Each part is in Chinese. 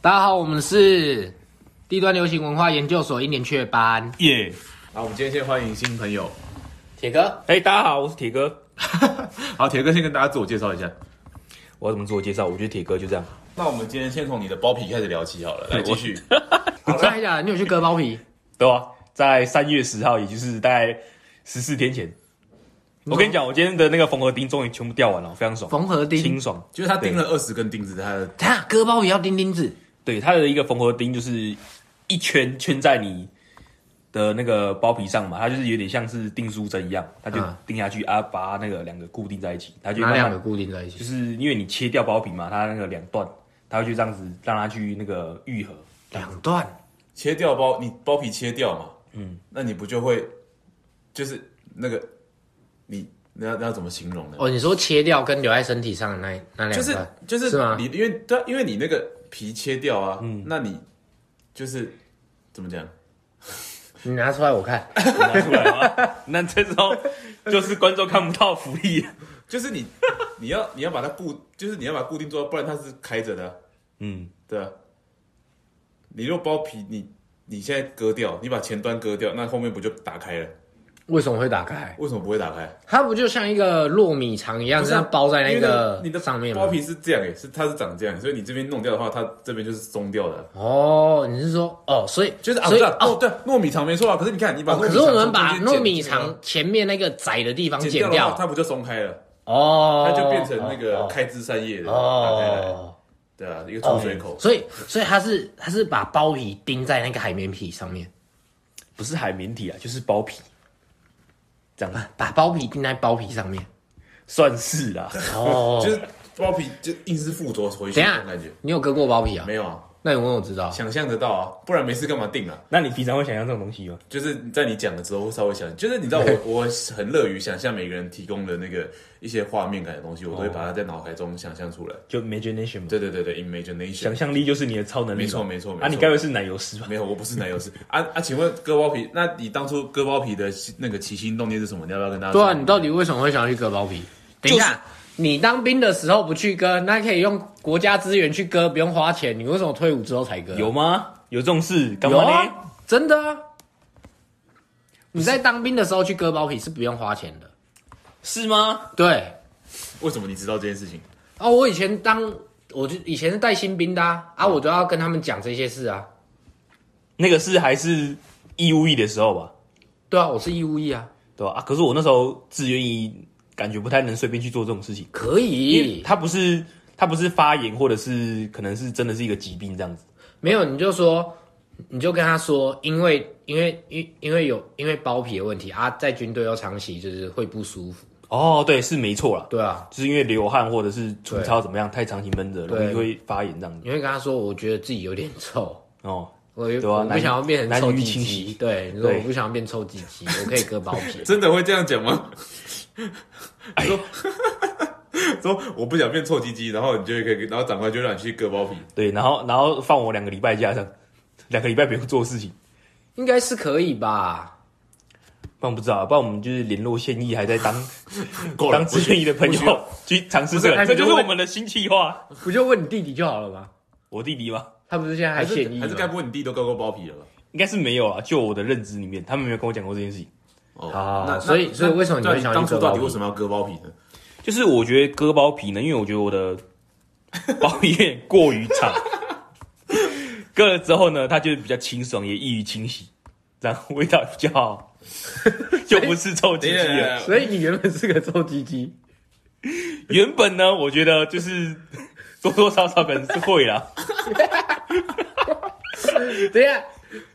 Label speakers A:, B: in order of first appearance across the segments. A: 大家好，我们是低端流行文化研究所一年雀班，
B: 耶！
C: 好，我们今天先欢迎新朋友。
A: 铁哥，
B: 哎，大家好，我是铁哥。
C: 好，铁哥先跟大家自我介绍一下。
B: 我要怎么自我介绍？我觉得铁哥就这样。
C: 那我们今天先从你的包皮开始聊起好了，来继 续。
A: 我跟你讲，你有去割包皮？
B: 对啊，在三月十号，也就是大概十四天前，我跟你讲，我今天的那个缝合钉终于全部掉完了，非常爽，
A: 缝合钉
B: 清，爽。
C: 就是他钉了二十根钉子，他
A: 他割包皮要钉钉子，
B: 对，它的一个缝合钉就是一圈圈在你的那个包皮上嘛，它就是有点像是订书针一样，它就
A: 嗯
B: 钉下去啊，把那个两个固定在一起，它就
A: 哪
B: 慢
A: 两
B: 慢
A: 个固定在一
B: 就
A: 起？
B: 是因为你切掉包皮嘛，它那个两段，它会就这样子让它去那个愈合。
A: 两段。
C: 切掉包，你包皮切掉嘛，嗯，那你不就会就是那个你那要那要怎么形容呢？
A: 哦，你说切掉跟留在身体上的那那
C: 就
A: 两
C: 是
A: 段，
C: 哎就是
A: 是吗
C: 你因为对啊，因为你那个皮切掉啊，那你就是怎么讲？
A: 你拿出来我看。
B: 拿出来吗？那这时候就是观众看不到福利。
C: 就是你 你要你要把它固，就是你要把它固定住啊，不然它是开着的啊、
B: 嗯，
C: 对啊，你若包皮，你你现在割掉，你把前端割掉，那后面不就打开了？
A: 为什么会打开？
C: 为什么不会打开？
A: 它不就像一个糯米肠一样，
C: 不
A: 这
C: 是啊
A: 样包在那
C: 因为
A: 个
C: 你的
A: 上面吗
C: 包皮是这样诶、是它是长这样，所以你这边弄掉的话，它这边就是松掉的啊。
A: 哦，你是说哦，所以
C: 就是啊，
A: 所
C: 对
A: 以
C: 啊，
A: 哦
C: 糯对啊糯米肠没错啊，可是你看你把
A: 哦，
C: 糯米
A: 可
C: 肠
A: 是我们把
C: 从中间
A: 糯
C: 剪
A: 米肠前面那个窄的地方
C: 剪
A: 剪
C: 掉的话，
A: 掉，
C: 它不就松开了？
A: 哦，
C: 它就变成那个
A: 哦
C: 开枝散叶的，打开来，
A: 哦，
C: 对啊，一个出水口。
A: 所以所以它是它是把包皮钉在那个海绵皮上面，
B: 不是海绵体啊，就是包皮，这样
A: 把包皮钉在包皮上面。
B: 算是啦。
A: 哦，
C: 就是包皮就硬是附着回去
A: 等一
C: 那
A: 下
C: 种感觉，
A: 你有割过包皮啊？
C: 没有啊，
A: 那你问我知道。
C: 想象得到啊，不然没事干嘛定啊？
B: 那你平常会想象这种东西吗？
C: 就是在你讲的时候，会稍微想，就是你知道 我我很乐于想象每个人提供的那个一些画面感的
A: 哦
C: 东西，我都会把它在脑海中想象出来。
B: 就 imagination 嘛，
C: 对对对对，imagination
B: 想。象力就是你的超能力嘛。
C: 没错没错没错
B: 啊，你该不会是奶油师吧？
C: 没有，我不是男友是 啊啊！请问割包皮，那你当初割包皮的那个起心动念是什么？你要不要跟大家
A: 对
C: 说？
A: 啊，你到底为什么会想要去割包皮？等一下，你当兵的时候不去割，那可以用国家资源去割，不用花钱。你为什么退伍之后才割？
B: 有吗？有这种事？欸干
A: 有
B: 嘛呢？
A: 啊，真的啊。你在当兵的时候去割包皮是不用花钱的。
B: 是吗？
A: 对，
C: 为什么你知道这件事情？。
A: 哦，我以前当我就以前是带新兵的啊，啊，我都要跟他们讲这些事啊。
B: 那个是还是义务役的时候吧，
A: 对啊，我是义务役啊，
B: 对吧？啊，可是我那时候自愿役，感觉不太能随便去做这种事情。
A: 可
B: 因为
A: 以。
B: 它不是它不是发炎，或者是可能是真的是一个疾病这样子。
A: 没有，你就说，你就跟他说，因为因为因因为有因为包皮的问题啊，在军队要长期就是会不舒服。
B: 哦，对，是没错啦，
A: 对啊，
B: 就是因为流汗或者是粗糙怎么样，太长期闷着，
A: 对
B: 容易会发炎这样子。
A: 你会跟他说，我觉得自己有点臭。
B: 哦，
A: 我
B: 对
A: 我
B: 啊
A: 不想要变成
B: 男
A: 臭
B: 男女
A: 鸡
B: 清
A: 鸡，
B: 洗
A: 对，你说我
B: 对
A: 不想要变臭鸡鸡，我可以割包皮
C: 真的会这样讲吗？
A: 哎
C: 说 说我不想变臭鸡鸡，然后你就可以，然后长官就让你去割包 皮。
B: 对，然后然后放我两个礼拜假这样， 两个礼拜不用做事情。
A: 应该是可以吧？
B: 不然不知道，啊不然我们就是联络现役还在当
C: 够了
B: 当志愿役的朋
C: 不需要
B: 友 去尝试
C: 不是
B: 这个，
C: 哎
B: 这
C: 你就
B: 就是我
C: 问
B: 们的新计划。
A: 不就问你弟弟就好了吗？
B: 我弟弟吗？
A: 他不是现在还
C: 还
A: 现役吗
C: 是还是该不会你弟都割过包皮了吧？
B: 应该是没有啊，就我的认知里面，他们没有跟我讲过这件事情。
C: 哦
A: 啊所以所以为什么你
C: 对啊
A: 会想要
C: 当
A: 去
C: 初
A: 割
C: 到
A: 包
C: 底
A: 皮
C: 为什么要割包皮呢？
B: 就是我觉得割包皮呢，因为我觉得我的 包皮有点过于长，割了之后呢，它就比较清爽，也易于清洗，然后味道也比较好，就不是臭鸡鸡了。
A: 所以你原本是个臭鸡鸡，
B: 原本呢，我觉得就是多多少少可能是会啦，
A: 等一下，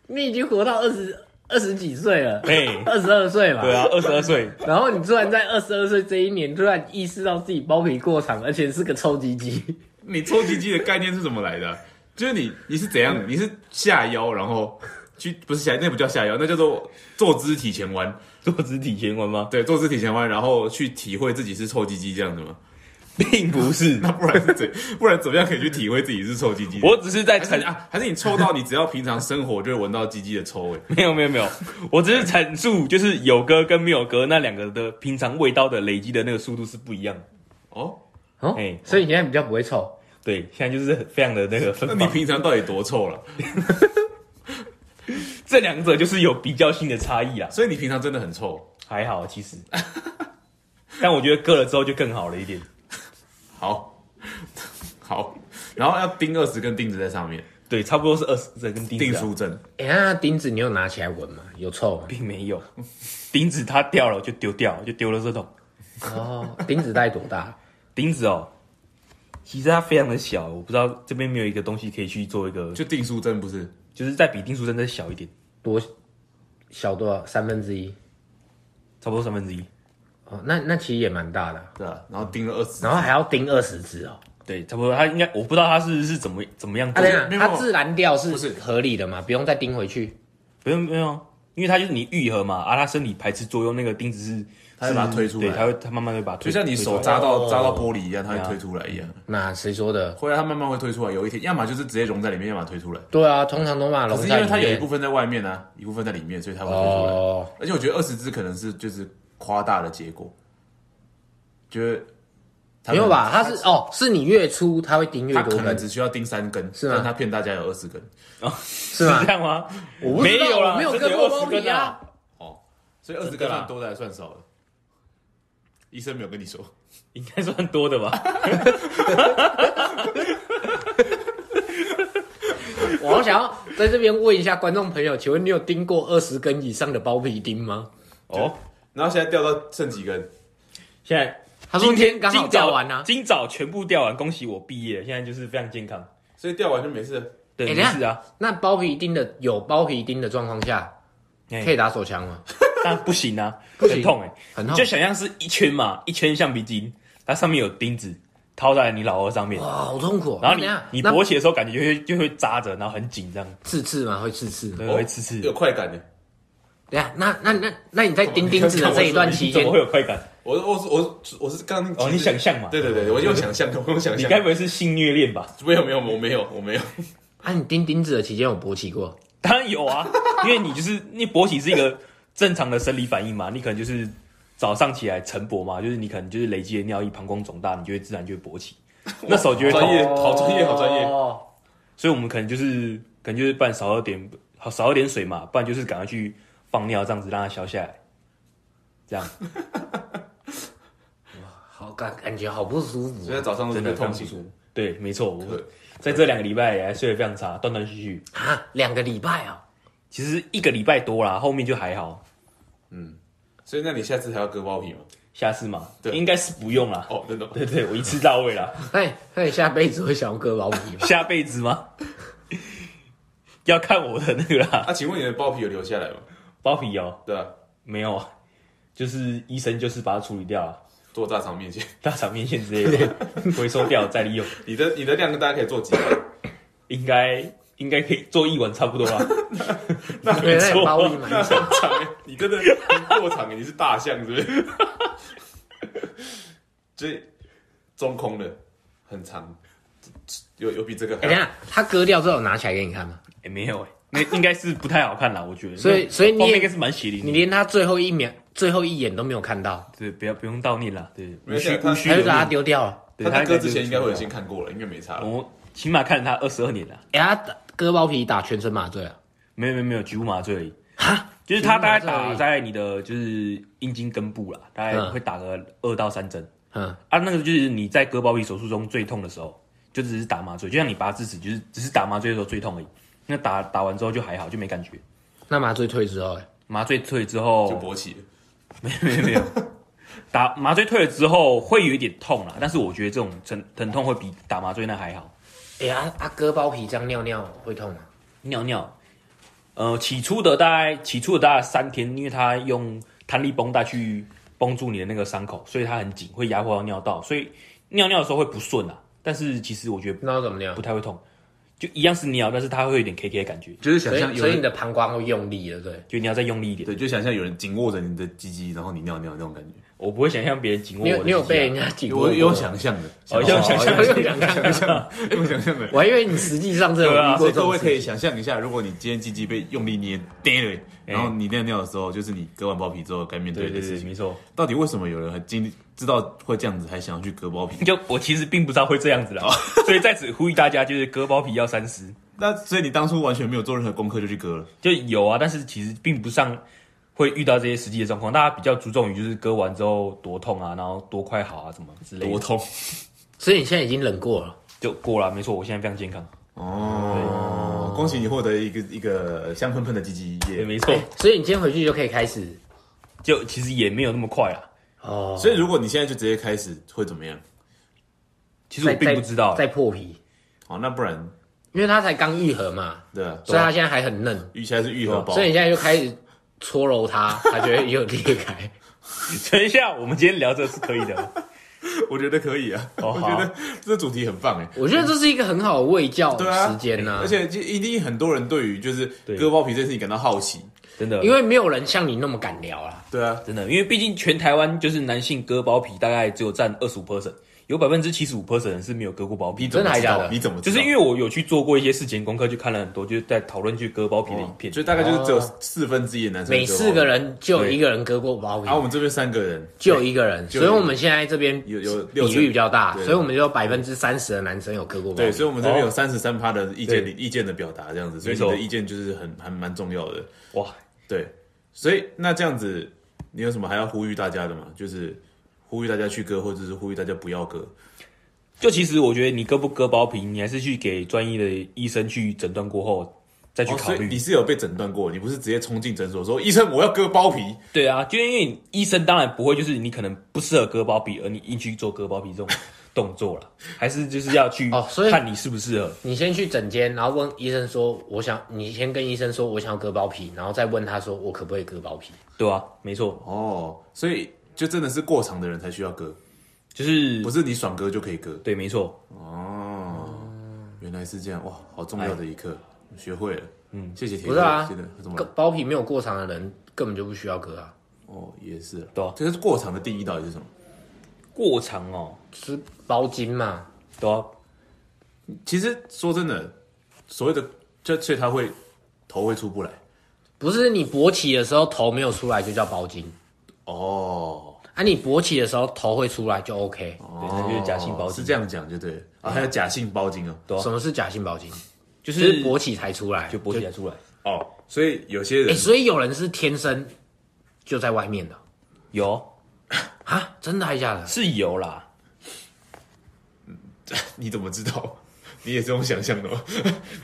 A: 你已经活到二十二十几岁了，
B: 哎，
A: 二十二岁嘛，
B: 对啊，二十二岁，
A: 然后你突然在二十二岁这一年，突然意识到自己包皮过长，而且是个臭鸡鸡，
C: 你抽鸡鸡的概念是怎么来的啊？就是你你是怎样？你是下腰，然后去不是下那不叫下腰，那叫做坐姿体前弯。
B: 坐姿体前弯吗？
C: 对，坐姿体前弯，然后去体会自己是臭鸡鸡这样子吗？
B: 并不是，
C: 那不然是怎？不然怎么样可以去体会自己是臭鸡鸡？
B: 我只是在
C: 还
B: 陈
C: 是啊，还是你臭到你只要平常生活就会闻到鸡鸡的臭味？
B: 没有没有没有，我只是阐述，就是有割跟没有割那两个的平常味道的累积的那个速度是不一样的。
C: 哦，
A: 哦
B: 哎，
A: 所以你现在比较不会臭，
B: 对，现在就是非常的那个
C: 那
B: 分
C: 你
B: 法。
C: 平常到底多臭了？
B: 这两者就是有比较性的差异啊，
C: 所以你平常真的很臭。
B: 还好其实。 但我觉得割了之后就更好了一点。
C: 好， 好，然后要钉二十根钉子在上面，
B: 对，差不多是二十这根钉
C: 钉
B: 子啊、
C: 书针。
A: 哎、那钉子你有拿起来闻吗？有臭吗？
B: 并没有。钉子它掉了就丢掉，就丢了这桶。
A: 哦，钉子带多大？
B: 钉子哦，其实它非常的小，我不知道这边没有一个东西可以去做一个，
C: 就订书针不是？
B: 就是再比订书针再小一点，
A: 多小多少？三分之一。
B: 差不多三分之一。
A: 哦，那那其实也蛮大的啊、
C: 对啊，然后钉了二十，
B: 嗯
A: 然后还要钉二十只哦。
B: 对，差不多。它应该我不知道它是是怎么怎么样
A: 啊，
B: 做
A: 等
B: 的，
A: 一下，
C: 没有
A: 它自然掉
C: 不是
A: 是合理的嘛？不用再钉回去。
B: 不用不用，因为它就是你愈合嘛，啊，它身体排斥作用，那个钉子是
C: 它会把它推出来
B: 对，它会它慢慢会把它
C: 就
B: 推
C: 像你手
B: 推出来
C: 扎到
A: 哦
C: 扎到玻璃一样，它会推出来一样。
A: 那谁说的？
C: 后来它慢慢会推出来，有一天，要么就是直接融在里面，要么推出来。
A: 对啊，通常都把它
C: 可
A: 笼
C: 是因
A: 在
C: 为
A: 里
C: 它有一
A: 面
C: 部。分在外面啊，一部分在里面，所以它会推出来。
A: 哦，
C: 而且我觉得二十只可能是就是夸大的结果，就是他
A: 没
C: 们
A: 有吧？它是哦，是你越粗它会钉越
C: 他
A: 多
C: 可能
A: 根，
C: 只需要钉三根，
B: 啊
A: 吗
C: 但他骗大家有二十根，
A: 是吗
B: 是这？样吗？
A: 我不知道
B: 没有啦
A: 我没有
B: 真的
A: 跟过
B: 有20
A: 猫皮
B: 根啊
A: 啊。
C: 所以二十根算多的还算少的？医生没有跟你说，
B: 应该算多的吧？
A: 我好想要在这边问一下观众朋友，请问你有钉过二十根以上的包皮钉吗？
B: 哦，
C: 然后现在掉到剩几根？
B: 现在
A: 他说今天刚好
B: 今早
A: 掉完啊。
B: 今早全部掉完，恭喜我毕业，现在就是非常健康。
C: 所以掉完就没事了。
B: 对，
A: 哎
B: 没
A: 等一下
B: 事啊，
A: 那包皮钉的有包皮钉的状况下，
B: 哎
A: 可以打手枪吗？
B: 但不行啊，
A: 不行
B: 很痛哎、
A: 很
B: 你
A: 痛
B: 就。想象是一圈嘛，一圈橡皮筋，它上面有钉子套在你老二上面，
A: 哇，好痛苦哦！
B: 然后
A: 那等一下
B: 你你
A: 那
B: 勃起的时候感觉就会就会扎着，然后很紧这样，
A: 刺刺吗？会刺刺吗？
B: 对，
C: 哦
B: 会刺刺。
C: 有快感的。
A: 对啊，那那那那你在钉钉子的这一段期
B: 怎
A: 间
B: 么，会有快感？
C: 我我我我是刚
B: 哦，你想象嘛？
C: 对对对，我用想象的， 我用想
B: 你
C: 象
B: 该。不会是性虐恋吧？
C: 没有没有我没有我没有，
A: 啊，你钉钉子的期间有勃起过？
B: 当然有啊， 因为你就是你勃起是一个正常的生理反应嘛，你可能就是早上起来晨勃嘛，就是你可能就是累积的尿液，膀胱肿大，你就会自然就会 勃起，那手就会
C: 专业
B: 痛。
C: 好专业好专业
A: 哦
B: 所以我们可能就是可能就是不然少喝点好少喝点水嘛，不然就是赶快去放尿，这样子让它消下来。这样
A: 好感感觉好不舒服
C: 所以早上都
B: 真的
C: 是
B: 非常
C: 痛
B: 不舒
C: 醒。
B: 服。对，没错，我
C: 对
B: 在这两个礼拜也还睡得非常差，断断续续。
A: 啊！两个礼拜哦，
B: 其实一个礼拜多啦，后面就还好。
C: 所以那你下次还要割包皮吗？
B: 下次嘛，
C: 对
B: 应该是不用啦。
C: 哦，真的吗。
B: 对对，我一次到 位啦。
A: 哎，那你下辈子会想要割包皮吗？
B: 下辈子吗？要看我的那个啦，
C: 啊，请问你的包皮有留下来吗？
B: 包皮哦，
C: 对啊，
B: 没有啊，就是医生就是把它处理掉啊，
C: 做大肠面前，
B: 大肠面线之类的回收掉再利用，
C: 你的你的量大家可以做几碗？
B: 应该应该可以做一碗差不 多啦。
A: 那那你包皮
B: 没
A: 蛮
C: 那很长欸，你真的你过长欸，你是大象是不是？ 这中空的很长，有有比这个
A: 哎，
C: 还
A: 等一下他割掉之后拿起来给你看吗？
B: 哎、没有哎、那应该是不太好看啦，我觉得。
A: 所以所以你
B: 后
A: 也
B: 面应该是蛮血淋
A: 你
B: 淋的，
A: 连他最后一秒、最后一眼都没有看到，
B: 对，不要不用悼念啦，对，
C: 没
B: 无
C: 事
B: 需
C: 他
B: 无需
A: 他就
B: 留
A: 把它
B: 念。
A: 丢掉了。
B: 对
C: 他在割
B: 就是
C: 之前应该会有
B: 这
C: 先
B: 样
C: 看过了，应该没差了。
B: 我起码看了他二十二年了，
A: 哎，他割包皮打全身麻醉啊？
B: 没有没有没有，局部麻醉而已。
A: 哈，
B: 就是他大概
A: 局部麻醉而
B: 打
A: 已
B: 在你的就是阴茎根部啦，大概
A: 嗯
B: 会打个二到三针。
A: 嗯，
B: 啊，那个就是你在割包皮手术中最痛的时候，就只是打麻醉，就像你拔智齿，就是只是打麻醉的时候最痛而已。那打打完之后就还好，就没感觉。
A: 那麻醉退之后，哎
B: 麻醉退之
C: 就
B: 后，
C: 勃起了，
B: 没有没有没有，打麻醉退了之后会有一点痛啦，但是我觉得这种疼疼痛会比打麻醉那还好。
A: 哎呀，啊割包皮这样尿尿会痛吗？
B: 尿尿，呃，起初的大概起初的大概三天，因为他用弹力绷带去绷住你的那个伤口，所以它很紧，会压迫到尿道，所以尿尿的时候会不顺啊。但是其实我觉得
A: 那要怎么尿
B: 不？太会痛，就一样是尿，但是它会有点 K K 的感觉，
C: 就是
A: 所以所以你的膀胱会用力了，对。
B: 就你要再用力一点。
C: 对，就想象有人紧握着你的鸡鸡，然后你尿尿那种感觉。
B: 我不会想象别人紧握
A: 你
B: 我的
A: 有
B: 指甲。
A: 你有被人家紧过？
C: 我有，想象的，
B: 哦有想象
A: 哦有想象
C: 想象，有想象的。
A: 我还以为你实际上真的有
B: 对啊
A: 遇过
C: 所以
A: 这
C: 各
A: 种
C: 位
A: 事
C: 可以
A: 情。
C: 想象一下，如果你今天鸡鸡被用力捏呆了，然后你尿尿的时候，就是你割完包皮之后该面
B: 对
C: 对
B: 对
C: 的
B: 对
C: 事，
B: 没
C: 情。
B: 错。
C: 到底为什么有人还经历知道会这样子，还想要去割包皮？
B: 就我其实并不知道会这样子啦，哦所以在此呼吁大家，就是割包皮要三思。
C: 那所以你当初完全没有做任何功课就去割了，
B: 就有啊，但是其实并不上会遇到这些实际的状况，大家比较注重于就是割完之后多痛啊，然后多快好啊，什么之类
C: 多
B: 的，
C: 痛
A: 所以你现在已经冷过了。
B: 就过了。没错，我现在非常健康，
C: 哦！恭喜你获得一个一个香喷喷的鸡鸡
B: 对，
C: 液。
B: 没错，
A: 所以你今天回去就可以开始
B: 就其实也没有那么快啊。
A: 哦。
C: 所以如果你现在就直接开始会怎么样？
B: 其实我并不知道、啊
A: 在破皮，
C: 好，哦那不然
A: 因为它才刚愈合嘛，
C: 对啊，
A: 所以它现在还很嫩，
C: 预期还是愈合包
A: 所以你现在就开始搓揉它，它就会又裂开。
B: 等一下，我们今天聊这是可以的吗，
C: 我觉得可以啊，
B: 哦
C: 我
B: 好
C: 觉得这主题很棒哎。
A: 我觉得这是一个很好的喂教
C: 对啊
A: 时间呢、
C: 而且就一定很多人对于就是
B: 对
C: 割包皮这件事情感到好奇，
B: 真
C: 啊
B: 的，
A: 因为没有人像你那么敢聊啦。
C: 对啊，
B: 真的，因为毕竟全台湾就是男性割包皮大概只有占二十五 percent，有百分之七十五 percent 是没有割过包皮
C: 你怎
A: 真
C: 么
A: 的还
C: 知道？
A: 假的
C: 你怎么
B: 就是因为我有去做过一些事前功课，去看了很多，就是在讨论去割包皮的影片。
C: 哦就大概就是只有四分之一的男生割包
A: 每
C: 皮，
A: 四个
B: 哦
A: 人就有
B: 对
A: 一个人割过包皮
C: 然后，我们这边三个人
B: 哦
A: 就有一个人，
C: 就
A: 所以我们现在这边
C: 有有六
A: 比率比较大，
C: 对
A: 所以我们就百分之三十的男生有割过包
C: 对，
A: 皮。
C: 所以我们这边有
B: 哦
C: 三十三趴的意见
B: 对
C: 意见的表达这样子，所以
B: 没
C: 你
B: 错
C: 的意见就是很还蛮重要的。
B: 哇，
C: 对，所以那这样子，你有什么还要呼吁大家的吗？就是呼吁大家去割，或者是呼吁大家不要割。
B: 就其实我觉得你割不割包皮，你还是去给专业的医生去诊断过后再去
C: 哦，
B: 考
C: 所以
B: 虑。
C: 你是有被诊断过，你不是直接冲进诊所说医生我要割包皮，
B: 对啊，就因为你医生当然不会，就是你可能不适合割包皮，而你硬去做割包皮这种动作 了，还是就是要去
A: 哦所以
B: 看你适不适合。
A: 你先去诊间，然后问医生说：“我想你先跟医生说我想要割包皮，然后再问他说我可不可以割包皮。
B: 对啊，没错，
C: 哦，所以就真的是过长的人才需要割，
B: 就是
C: 不是你爽割就可以割。
B: 对，没错，
C: 哦，原来是这样，哇，好重要的一课，学会了。嗯，谢谢铁哥。
A: 不是啊
C: 真的怎么
A: 割
C: 了？
A: 包皮没有过长的人根本就不需要割啊，
C: 哦，也是。
B: 对啊
C: 这个过长的定义到底是什么？
B: 过长哦，
A: 就是包茎嘛。
B: 对啊，
C: 其实说真的，所谓的就所以他会头会出不来。
A: 不是你勃起的时候头没有出来就叫包茎，
C: 哦，
A: 啊，你勃起的时候头会出来就 OK。
B: 对，那就是假性包
C: 哦是
B: 茎，
C: 这样讲就对了啊，还有假性包茎哦。
B: 哦
A: 什么是假性包茎？就
B: 就
A: 是
B: 是
A: 勃起才出来，
B: 就勃起才出来。
C: 哦，所以有些
A: 哎、
C: 人
A: 所以有人是天生就在外面的
B: 有
A: 啊？真的还假的？
B: 是有啦，
C: 你怎么知道？ 你也是用想象的哦吗？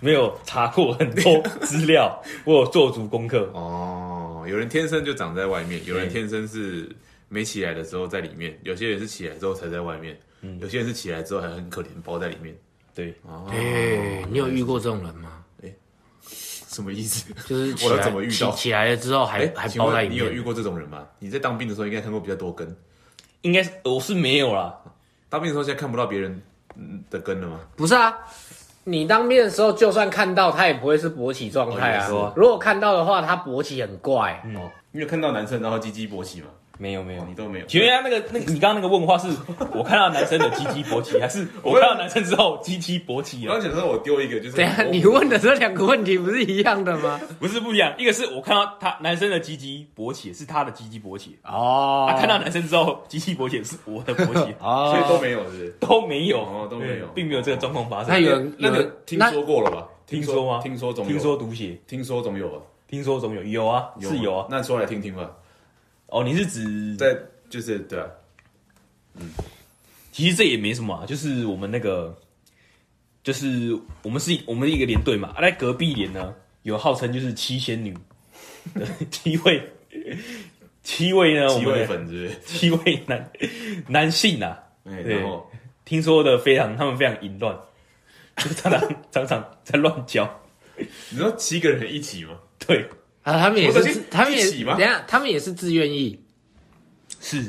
B: 没有查过很多资 料，我有做足功课。
C: 哦，有人天生就长在外面，有人
B: 对
C: 天生是没起来的时候在里面，有些人是起来之后才在外面，有些人是起来之后还很可怜包在里面，
B: 对，
C: 哦
A: 哎、，你有遇过这种人吗？
C: 什么意思？
A: 就是起
C: 我
A: 来
C: 要怎么遇到
A: 起起来了之后还、
C: 哎、
A: 还
C: 请
A: 包在
C: 问
A: 里
C: 你有遇
A: 面？
C: 过这种人吗？你在当兵的时候应该看过比较多根，
B: 应该是我是没有啦，
C: 当兵的时候现在看不到别人嗯的根了吗？
A: 不是啊，你当面的时候就算看到他也不会是勃起状态啊。
B: 哦也是啊嗯
A: 如果看到的话，他勃起很怪。
C: 哦，你有看到男生然后鸡鸡勃起吗？
B: 没有没有
C: 哦，你。都没有。
B: 请问一下，那个那个，你刚刚那个问 话是我看到男生的鸡鸡勃起，还是我看到男生之后鸡鸡勃起
C: 我刚
B: 了？
C: 刚讲说我丢一个就是，
A: 等一下，你问的这两个问题不是一样的吗？
B: 不是不一样，一个是我看到他男生的鸡鸡勃起，是他的鸡鸡勃起；
A: 哦，
B: 他、看到男生之后，鸡鸡勃起是我的勃起
A: 哦，
C: 所以都没有是不是？
B: 都没有，
C: 哦都没有
B: 对并没有这个状况发
A: 那
B: 生。
A: 有人
C: 那
A: 有
C: 个
A: 人
C: 听
A: 那
C: 说过了吧？
B: 听说吗？
C: 听说总有，
B: 听说毒血，
C: 听说总有吧？
B: 听说总有有啊，是
C: 吗
B: 有啊。
C: 那说来听听吧。
B: 哦，你是指
C: 在就是对啊，
B: 其实这也没什么啊，就是我们那个，就是我们是我们一个连队嘛，啊在隔壁连呢有号称就是七仙女的七位，七位呢，我
C: 七
B: 们
C: 位
B: 的
C: 粉是不是？
B: 七位男男性啊，
C: 哎，
B: 对
C: 然后
B: 听说的非常他们非常淫乱，就常常常常在乱交，
C: 你说七个人一起吗？
B: 对，
A: 啊，他们也
C: 我
A: 是
C: 手机
A: 自，他们也
C: 一起吗
A: 等一下，他们也是自愿意。
B: 是，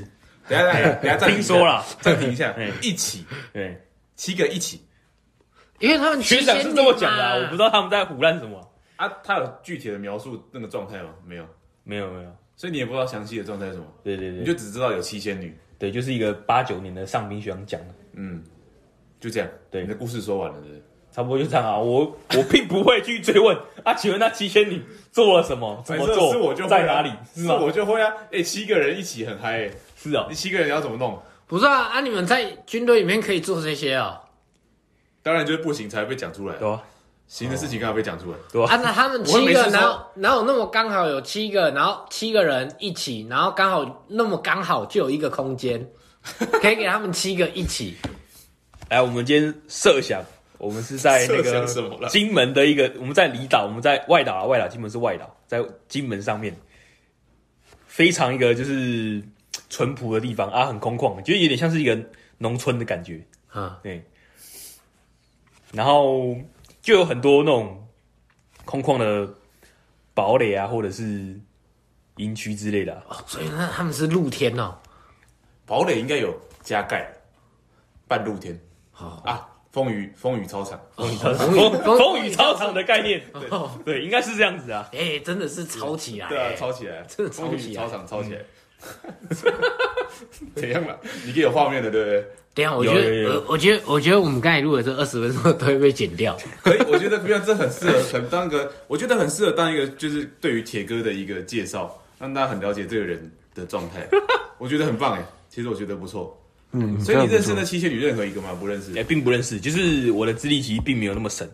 C: 等一下等一下 等一下暂停一下，
B: 听说啦，
C: 暂停一下
B: 哎，
C: 一起
B: 对，
C: 七个一起
A: 因为他们
B: 学长是这么讲的、啊，我不知
A: 道。
B: 道他们在胡乱什么啊、
C: 啊？他有具体的描述那个状态吗？没有。
B: 没有没有，
C: 所以你也不知道详细的状态是什么，
B: 对对
C: 你
B: 对
C: 就只知道有七仙女，嗯
B: 对，就是一个八九年的上兵学长讲的，
C: 就这样。
B: 对
C: 你的故事说完了，对不对？
B: 差不多就这样啊。我我并不会去追问啊，请问那七仙女做了 什么？怎么
C: 反正
B: 做？
C: 是我就会啊
B: 在哪里？是
C: 是
B: 吗？
C: 我就会啊。哎、七个人一起很嗨、欸，
B: 是啊
C: 你，七个人要怎么弄？
A: 不是啊，啊，你们在军队里面可以做这些哦。
C: 当然就是不行才会被讲出来，
B: 对啊，
C: 行的事情刚好被讲出来。
B: 对
A: 啊，
B: 啊，
A: 那他们
C: 我
A: 七
C: 每
A: 个，
C: 次
A: 哪有
C: 说
A: 哪有那么刚好有七个，然后七个人一起，然后刚好那么刚好就有一个空间，可以给他们七个一起。
B: 来，哎我们今天设想，我们是在那
C: 设
B: 个
C: 想什么啦
B: 金门的一个，我们在离岛，我们在外岛啊，外岛，金门是外岛，在金门上面，非常一个就是淳朴的地方啊，很空旷，就有点像是一个农村的感觉，
A: 嗯，
B: 对。然后就有很多那种空旷的堡垒啊，或者是营区之类的啊、
A: 哦，所以那他们是露天哦。
C: 堡垒应该有加盖，半露天。好啊，风雨风雨操场，
B: 哦 风风雨
A: 超
B: 操场的概念，
A: 哦，
B: 对，应该是这样子啊。
A: 哎、真的是吵起来、
C: 对啊，
A: 欸。
C: 抄起来，
A: 真的抄
C: 风
A: 起
C: 雨
A: 来
C: 操场抄起来。 怎样了？你可以有画面的，对不对？
A: 等一下，我
B: 有
A: 觉
B: 有有
A: 得，呃我我觉得，我觉得我们刚才录的这二十分钟都会被剪掉。
C: 可以，我觉得不要，这很适合，很当个，我觉得很适合当一个，就是对于铁哥的一个介绍，让大家很了解这个人的状 态。我觉得很棒哎，其实我觉得不错。哎嗯，所以你认识那七仙女任何一个吗？不认识
B: 也、。哎并不认识，就是我的资历其实并没有那么深，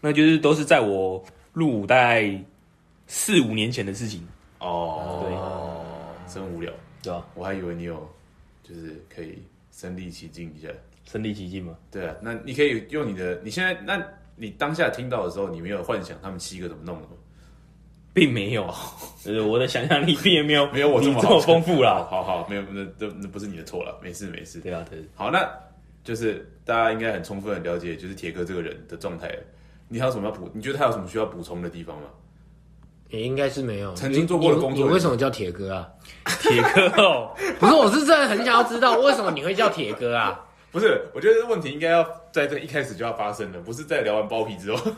B: 那就是都是在我入伍大概四五年前的事情，
C: 哦，对，真无聊。
B: 对啊吧、
C: 我还以为你有，就是可以身临其境一下。
B: 身临其境嘛，
C: 对啊，那你可以用你的，你现在，那你当下听到的时候，你没有幻想他们七个怎么弄的吗？
B: 并没有，呃，我的想象力并没有
C: 没有我
B: 你
C: 这
B: 这
C: 么好
B: 么丰富啦，
C: 好好，没有，那那那不是你的错了，没事没事。
B: 对啊，对，
C: 好，那就是大家应该很充分的了解，就是铁哥这个人的状态了。你还有什么要补？你觉得他有什么需要补充的地方吗？
A: 也应该是没有
C: 曾经做过的
A: 你
C: 工作
A: 你你为什么叫铁哥啊？
B: 铁哥哦，
A: 不是，我是真的很想要知道为什么你会叫铁哥啊？
C: 不是，我觉得问题应该要在这一开始就要发生了，不是在聊完包皮之 后。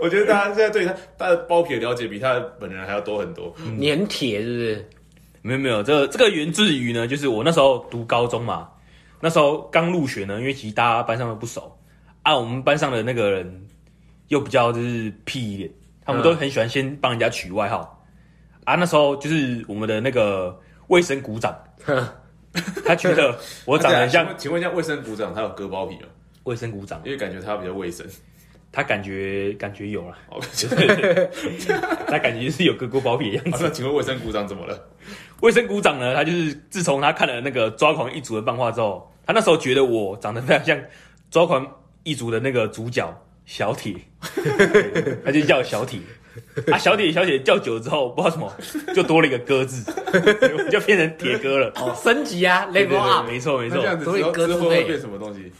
C: 我觉得大家现在对他他的包皮的了解比他的本人还要多很多。
A: 你很铁是不是？
B: 没有没有，这个这个源自于呢，就是我那时候读高中嘛，那时候刚入学呢，因为其实大家班上都不熟啊，我们班上的那个人又比较就是屁一点，他们都很喜欢先帮人家取外号、啊。那时候就是我们的那个卫生股长，他觉得我长得很
C: 那这
B: 像
C: 样啊请问请问一下，卫生股长他有割包皮吗？
B: 卫生股长
C: 因，为感觉他比较卫生。
B: 他感觉感觉有了，
C: 哦，
B: 他感觉是有割过包皮的样子。
C: 好那请问卫生股长怎么了？
B: 卫生股长呢，他就是自从他看了那个《抓狂一族》的漫画之后，他那时候觉得我长得非常像《抓狂一族》的那个主角小铁， 他就叫我小铁。啊，小铁小铁叫久了之后，不知道什么就多了一个哥字， 我就变成铁哥了。
A: 哦，升级啊
B: 对
A: ，level
B: 对对，
A: up。
B: 没错没
C: 那
B: 错
C: 这。样子
A: 所以
C: 之后
A: 鸽
C: 之
A: 子
C: 后会
A: 类
C: 变什么东西？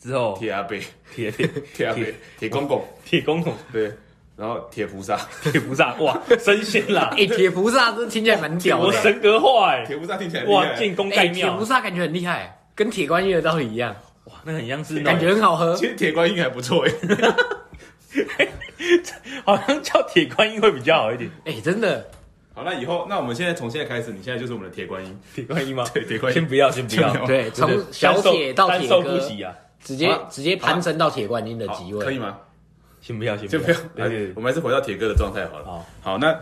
B: 之后
C: 铁阿 贝、
B: 铁铁
C: 铁哦阿贝
B: 铁、
C: 铁公公，
B: 铁公 公、
C: 对，然后铁菩萨。
B: 铁菩萨，哇，升仙啦！
A: 哎，铁菩萨真的听起来蛮屌
B: 我
A: 的。
B: 神格化哎，
C: 铁菩萨听起来很厉害
B: 哇，建功
C: 哦
A: 哎，
B: 盖
A: 铁
B: 庙
A: 菩，萨感觉很厉害，跟铁观音的道理一样，
B: 哇，那很像是那
A: 感
B: 种
A: 觉很好喝。
C: 其实铁观音还不错哎。
B: 好像叫铁观音会比较好一点，
A: 哎，真的，
C: 好，那以后，那我们现在从现在开始，你现在就是我们的铁观音。
B: 铁观音吗？
C: 对，铁观
B: 先
C: 音。
B: 不要，先不要
C: 先不，要
A: 对，从小铁到铁
B: 单受不
A: 哥，
B: 起啊！
A: 直接
C: 好啊
A: 直接攀升到铁观音的
C: 好
A: 级，
C: 可
A: 位。
C: 以吗？
B: 先不要，先
C: 就不要。
B: 对对
C: 我
B: 对，
C: 们还是回到铁哥的状态好了。
B: 好，
C: 好，那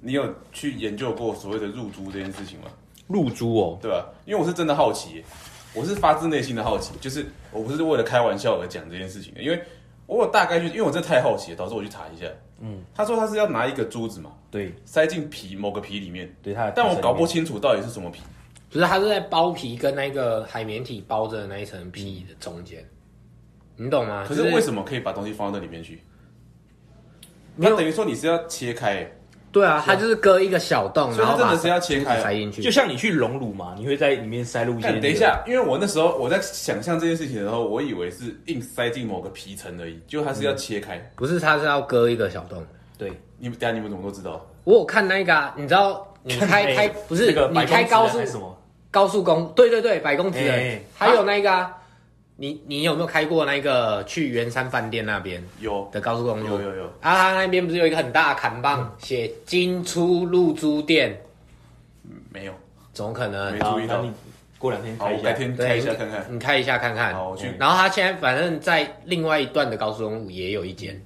C: 你有去研究过所谓的入珠这件事情吗？
B: 露珠哦，
C: 对吧？因为我是真的好奇耶，我是发自内心的好奇，就是我不是为了开玩笑而讲这件事情的，因为我有大概就因为我真的太好奇了，导致我去查一下。嗯，他说他是要拿一个珠子嘛，
B: 对
C: 塞进皮某个皮里面，
B: 对，它的
C: 但我
B: 特色
C: 搞
B: 里
C: 不
B: 面
C: 清楚到底是什么皮。
A: 不是，它是在包皮跟那个海绵体包着的那一层皮的中间，你懂吗？
C: 可是
A: 就
C: 为什么可以把东西放到那里面去？
A: 没
C: 那
A: 有
C: 等于说你是要切开耶，
A: 对啊，它就是割一个小洞，
C: 所
A: 然
C: 以它
A: 后
C: 真
A: 把
C: 的是要切开
A: 塞
C: 哦。
A: 进去
B: 就。像你去隆乳嘛，你会在里面塞入一些。
C: 看，等一，下，因为我那时候我在想象这件事情的时候，我以为是硬塞进某个皮层而已，就它是要切开。
A: 不是，它是要割一个小洞。
B: 对，
C: 你们等一下你们怎么都知道？
A: 我有看那个、啊，你知道你开开不是
B: 那个
A: 你
B: 白
A: 开
B: 公子
A: 高
B: 还
A: 速
B: 是什么？
A: 高速公对对对，百公子
B: 哎
A: 人，还有那个、啊，你你有没有开过那个去圆山饭店那边
C: 有
A: 的高速公路？
C: 有有有嗯
A: 啊，它那边不是有一个很大的砍棒，写“金出入租店”，
C: 没有，
A: 怎么可能
C: 没？
A: 好
C: 注意
B: 那
C: 到。
B: 你过两天
C: 好，
B: 开
C: 我
B: 一
C: 改
B: 下。
C: 天
A: 对
C: 开一下看看。
A: 你开一下看看。
C: 好我去
A: 然后他现在反正在另外一段的高速公路也有一间，
C: 嗯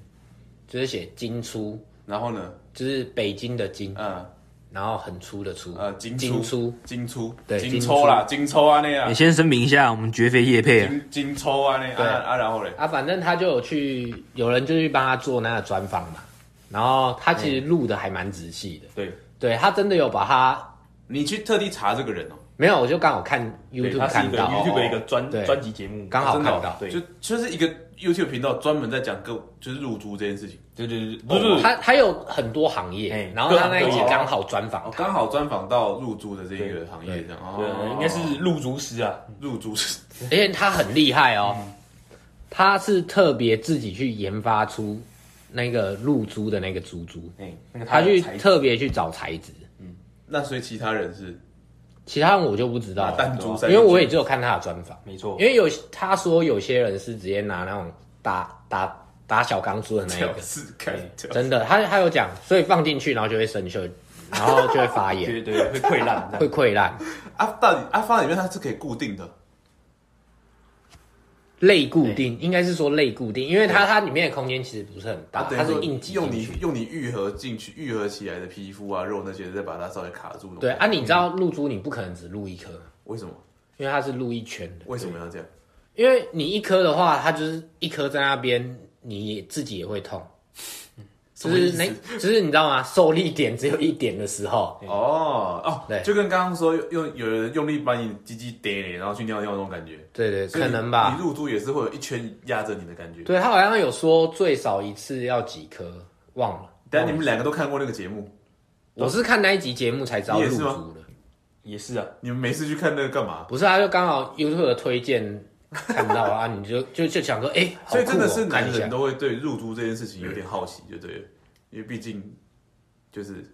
A: 就是写“金出
C: 然后呢，”，
A: 就是北京的“京
C: 嗯”，
A: 然后很粗的“粗”。
C: 呃，金
A: 金
C: 出
A: 出。
C: 金出，
A: 对
C: 金
A: 金
C: 抽啦，金抽啊那样
B: 你，先声明一下，我们绝非叶配啊。
C: 金金抽啊那
A: 对
C: 啊啊，然后嘞，
A: 啊，反正他就有去，有人就去帮他做那个专访嘛。然后他其实录的还蛮仔细的，
C: 对
A: 对他真的有把他
C: 你去特地查这个人哦，
A: 没有，我就刚好看
B: 对
A: YouTube
B: 它是一
A: 看
B: 个
A: 到
B: YouTube 的一个专
A: 对
B: 专辑节目，
A: 刚好
C: 真的
A: 看
C: 哦
A: 到，
B: 对
C: 就就是一个 YouTube 频道专门在讲个就是入租这件事情，
B: 对对对，不是不
C: 哦
B: 是
A: 他他有很多行业
B: 哎，
A: 然后他那一集
C: 各行各业
A: 刚好专
C: 哦
A: 访，他，
C: 刚好专访到入租的这一个行业
A: 对
C: 这样，哦
B: 对，应该是露足师啊，
C: 入租是
A: 而 且他很厉害哦，他是特别自己去研发出那个露珠的那个珠珠，
B: 哎，那个
A: 他去
B: 才
A: 特别去找材质，
C: 那所以其他人是
A: 其他人我就不知道
C: 拿弹珠
A: 了，
C: 塞
A: 哦因
C: 进去
A: 为我也只有看他的专访，
B: 没错
A: 因，为有他说有些人是直接拿那种打打打小钢珠的 那一
C: 屌
A: 个，
C: 丝开屌
A: 真的，他他有讲，所以放进去然后就会生锈，然后就会发炎，
B: 对对对会溃烂，
A: 会溃烂，
C: 啊，到底啊，放在里面它是可以固定的，
A: 类固定，应该是说类固定，因为它它里面的空间其实不是很大，
C: 啊，等
A: 它
C: 于
A: 是
C: 说
A: 硬挤
C: 用
A: 进
C: 你
A: 去。
C: 用你愈合进去、愈合起来的皮肤啊、肉那些，再把它稍微卡住。
A: 对啊，，你知道露珠你不可能只露一颗，
C: 为什么？
A: 因为它是露一圈的，
C: 为什么要这样？
A: 因为你一颗的话，它就是一颗在那边，你也自己也会痛，就
C: 什么意
A: 是
C: 思
A: 那，就是你知道吗？受力点只有一点的时候，
C: 哦哦，
A: 对
C: 就跟刚刚说用有人用力把你鸡鸡逮嘞，然后去尿尿那种感觉，
A: 对对，
C: 所以
A: 可
C: 你
A: 能吧
C: 你。入住也是会有一圈压着你的感觉。
A: 对他好像有说最少一次要几颗，忘了。
C: 等一下你们两个都看过那个节目，
A: 我是看那一集节目才知道
C: 你
A: 露
C: 也是
A: 珠
C: 吗
A: 的，
B: 也是啊，
C: 你们没事去看那个干嘛？
A: 不是啊，就刚好 YouTube 的推荐看到了啊， 你就就就想说，哎、好
C: 所以真的
A: 酷哦
C: 是
A: 看
C: 男
A: 一下嗯
C: 人都会对入住这件事情有点好奇，就对了，因为毕竟就是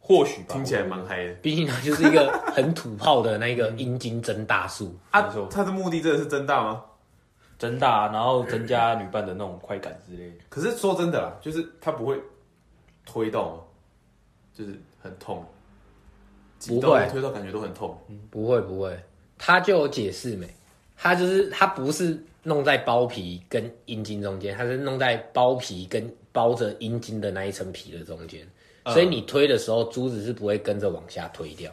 B: 或许吧
C: 听起来蛮嗨的。
A: 毕竟它就是一个很土炮的那个阴茎增大术，
C: 啊
B: 没错，
C: 他的目的真的是增大吗？
B: 增大，然后增加女伴的那种快感之类 的，
C: 可是说真的啦，就是他不会推到吗？就是很痛，挤到
A: 不会
C: 推到感觉都很痛。
A: 不会不会，他就有解释没？他就是他不是弄在包皮跟阴茎中间，他是弄在包皮跟包着阴茎的那一层皮的中间，
C: 嗯
A: 所以你推的时候，珠子是不会跟着往下推掉，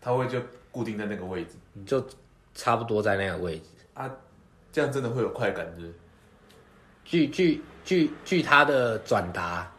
C: 他会就固定在那个位置
A: 就差不多在那个位置。
C: 啊，这样真的会有快感，是不是？
A: 据据据据他的转达，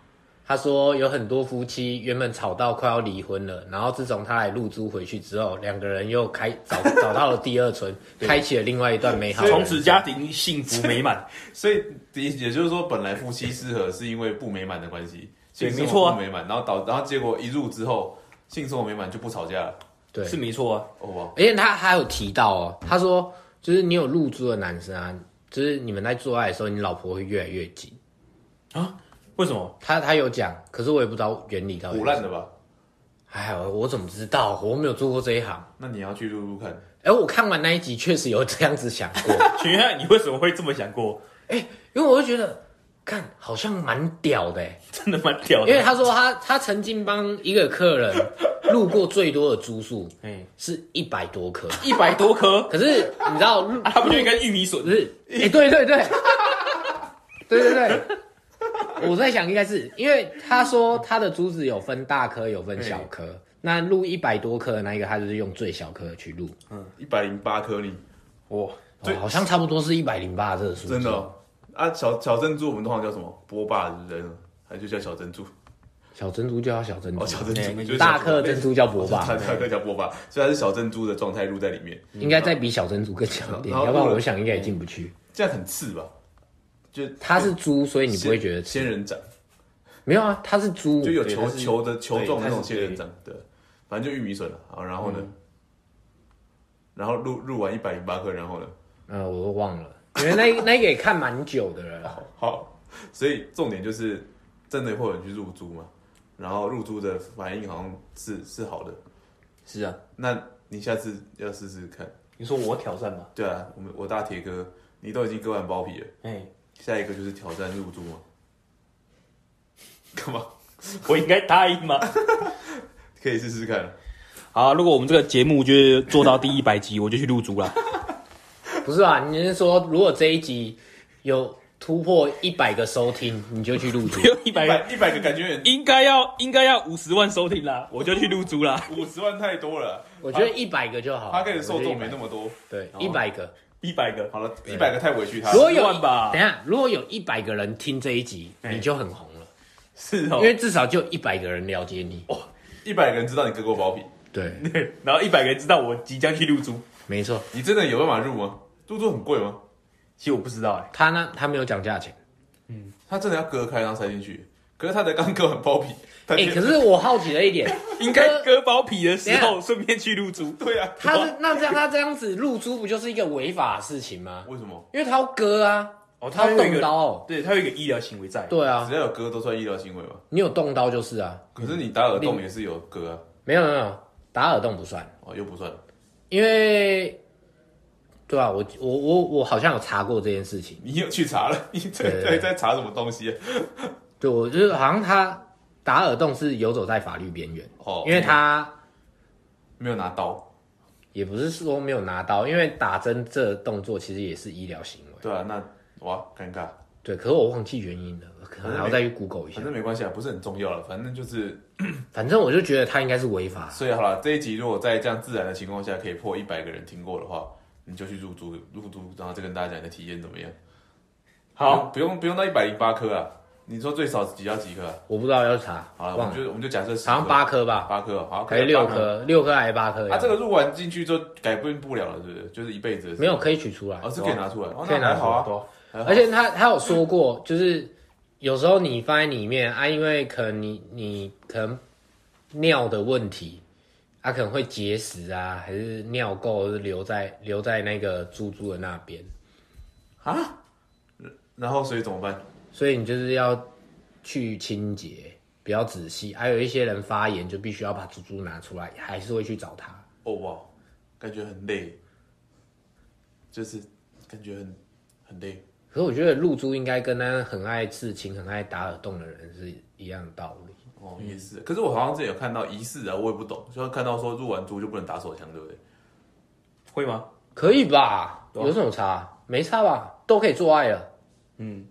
A: 他说有很多夫妻原本吵到快要离婚了，然后自从他来入租回去之后，两个人又开找找到了第二春，开启了另外一段美好的人
B: 从
A: 生。
B: 此家庭幸福美满，
C: 所以也也就是说，本来夫妻适合是因为不美满的关系，
B: 对
C: 性生活
B: 没错啊
C: 不美满，然后导然后结果一入之后，性生活美满就不吵架了。
A: 对，
B: 是没错啊，
C: 哦哇，
A: 而且他还有提到哦，他说就是你有入租的男生啊，就是你们在做爱的时候，你老婆会越来越紧。
B: 为什么？
A: 他他有讲，可是我也不知道原理到底
C: 腐
A: 是
C: 烂
A: 什么。
C: 的吧？
A: 哎，我我怎么知道？我没有做过这一行。
C: 那你要去入入看，
A: 哎，我看完那一集确实有这样子想过。
B: 请问你为什么会这么想过？
A: 因为我就觉得，看好像蛮屌的欸，
B: 真的蛮屌的，
A: 因为他说他他曾经帮一个客人录过最多的株数
B: 哎，
A: 是一百多颗，
B: 一百多颗，
A: 可是你知道录
B: 啊，他不就跟玉米笋
A: 不？是？哎、对对对， 对对对。我在想，应该是因为他说他的珠子有分大颗，有分小颗。那录一百多颗的那一个，他就是用最小颗的去录，
C: 一百零八颗粒，
B: 哇，
A: 哦，好像差不多是一百零八这个数字。
C: 真的、哦、啊！小小珍珠我们通常叫什么？波霸是不是？还就叫小珍珠？
A: 小珍珠叫小珍珠，
C: 哦，小珍珠
B: 对
C: 就是
A: 哎大
C: 小
A: 颗的珍珠叫啊博霸。
C: 它它叫波霸，所以它是小珍珠的状态入在里面，
A: 嗯应该再比小珍珠更小一点，
C: 然后
A: 要不然我想应该也进不去。
C: 这样很刺吧？就
A: 它是猪，所以你不会觉得
C: 仙人掌，
A: 没有啊，它是猪
C: 就，有
B: 对
C: 球
B: 它是
C: 球的球状的那种
B: 它是
C: 仙人掌，对，反正就玉米笋了。好，然后呢？
A: 嗯
C: 然后入入完一百零八颗，然后呢？
A: 呃，我都忘了，因为那那个也看蛮久的了啦。
C: 好，所以重点就是真的会有人去入猪嘛？然后入猪的反应好像是是好的，
B: 是啊，
C: 那你下次要试试看。
B: 你说我挑战吧，
C: 对啊，我们我大铁哥，你都已经割完包皮了，
B: 哎，
C: 下一个就是挑战入猪嘛？干嘛？
B: 我应该答应吗？
C: 可以试试看。
B: 好啊，如果我们这个节目就是做到第一百集，我就去入租 了。
A: 不是啊，你是说如果这一集有突破一百个收听，你就去入主
B: 不？用一
C: 一
B: 百，
C: 百哎一百个感觉很
B: 应该要应该要五十万收听啦，我就去入租啦。
C: 五十万太多了，
A: 我觉得一百个就好。
C: 他跟的受众没那
A: 么
C: 么多。
A: 对，一百个。
B: 一百个，
C: 好了，一百个太委屈他
A: 如
C: 了。
A: 果有
B: 10万吧
A: 等一下，如果有一百个人听这一集，
B: 哎
A: 你就很红了，
B: 是哦
A: 因。为至少就一百个人了解你。
C: 哦一百个人知道你割过包皮，
A: 对，
B: 对 然后一百个人知道我即将去入租，
A: 没错。
C: 你真的有办法入吗？入住很贵吗？
B: 其实我不知道哎、
A: 他呢，他没有讲价钱。
C: 他真的要割开然后塞进去，可是他的刚割很包皮，他
A: 哎、
C: 觉得
A: 可是我好奇的一点，
B: 应该割包皮的时
A: 等
B: 候顺便去入租。
C: 对啊，
A: 他是那这样他这样子露珠不就是一个违法的事情吗？
C: 为什么？
A: 因为他要割啊，
B: 哦
A: 他要
B: 有一
A: 动
B: 个
A: 刀、哦。
B: 对他有一个医疗行为在。
A: 对啊
C: 只，要有割都算医疗行为吧？
A: 你有动刀就是啊，
C: 可是你打耳洞也是有割啊，
A: 没有没有没有打耳洞不算，
C: 哦，又不算。
A: 因为对啊，我我我我好像有查过这件事情，
C: 你有去查了？你在
A: 对
C: 在在查什么东西啊？
A: 对我就是好像他打耳洞是游走在法律边缘，
C: 哦，
A: 因为他
C: 没有拿刀。
A: 也不是说没有拿刀，因为打针这动作其实也是医疗行为，
C: 对啊，那哇，尴尬。
A: 对，可是我忘记原因了，可能还要再去 Google 一下
C: 反，正没关系啊，不是很重要了。反正就是，
A: 反正我就觉得他应该是违法，
C: 所以好了，这一集如果在这样自然的情况下可以破一百个人听过的话，你就去入租入租，然后再跟大家讲你的体验怎么样。
B: 好，
C: 不用不用到一百零八颗啊，你说最少几要几颗啊？
A: 我不知道要查，
C: 好了，我
A: 忘
C: 们
A: 了，
C: 就我们就假设
A: 好像八颗吧，
C: 八颗哦，好，
A: 还是六
C: 八颗。
A: 颗，六颗还是八颗呀？
C: 啊，这个入完进去之后改变不了了，是不是？就是一辈子的事
A: 没有可以取出来，
C: 哦，是可以拿出来，哦，
A: 可以
C: 那
A: 拿出来
C: 还好啊。
B: 多
C: 还好
A: 而且他他有说过，就是有时候你放在里面啊，因为可能你你可能尿的问题，它、可能会结石啊，还是尿垢是留在留在那个猪猪的那边，
C: 啊，然后所以怎么办？
A: 所以你就是要去清洁，比较仔细。啊还有一些人发炎就必须要把猪猪拿出来，还是会去找他。
C: 哦哇，感觉很累，就是感觉很很累。
A: 可是我觉得露珠应该跟那很爱刺青、很爱打耳洞的人是一样的道理。
C: 哦，也是。可是我好像之前有看到疑似啊，我也不懂，就看到说入完猪就不能打手枪，对不对？
B: 会吗？
A: 可以吧？
B: 对啊
A: 有什么差？没差吧？都可以做爱了。
B: 嗯，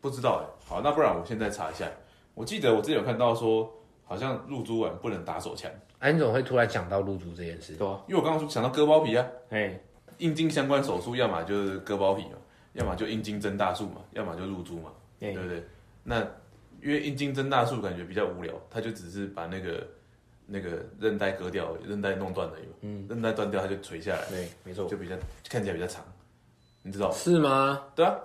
C: 不知道哎、好，那不然我现在查一下。我记得我之前有看到说，好像入猪完不能打手枪，
A: 哎、你怎么会突然讲到露珠这件事？
B: 对啊。
C: 因为我刚刚说想到割包皮啊，
B: 哎，
C: 阴茎相关手术，要么就是割包皮嘛，要么就阴茎增大术嘛，要么就入猪嘛，
B: 哎
C: 对不对？那因为阴茎增大术感觉比较无聊，他就只是把那个那个韧带割掉而已，韧带弄断了嘛，嗯，韧带断掉它就垂下来，
B: 对，没错。
C: 就比较看起来比较长，你知道？
A: 是吗？
C: 对啊，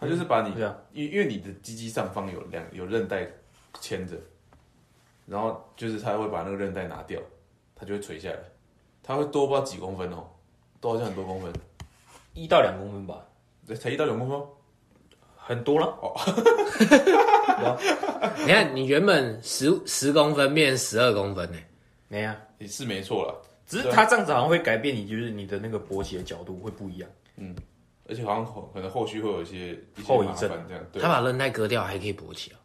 C: 他就是把你
B: 对啊，
C: 因因为你的鸡鸡上方有两有韧带牵着，然后就是他会把那个韧带拿掉，它就会垂下来，它会多不知道几公分哦，多好像很多公分，
B: 一到两公分吧，
C: 对才一到两公分哦，
B: 很多了。
A: 你看，你原本十十公分变十二公分呢、
B: 没啊，
C: 也是没错啦，
B: 只是它这样子好像会改变你，就是你的那个勃起的角度会不一样。
C: 而且好像后可能后续会有一些一些
B: 后遗
C: 麻
B: 症
C: 烦这样，对啊
A: 他，把韧带割掉还可以勃起哦、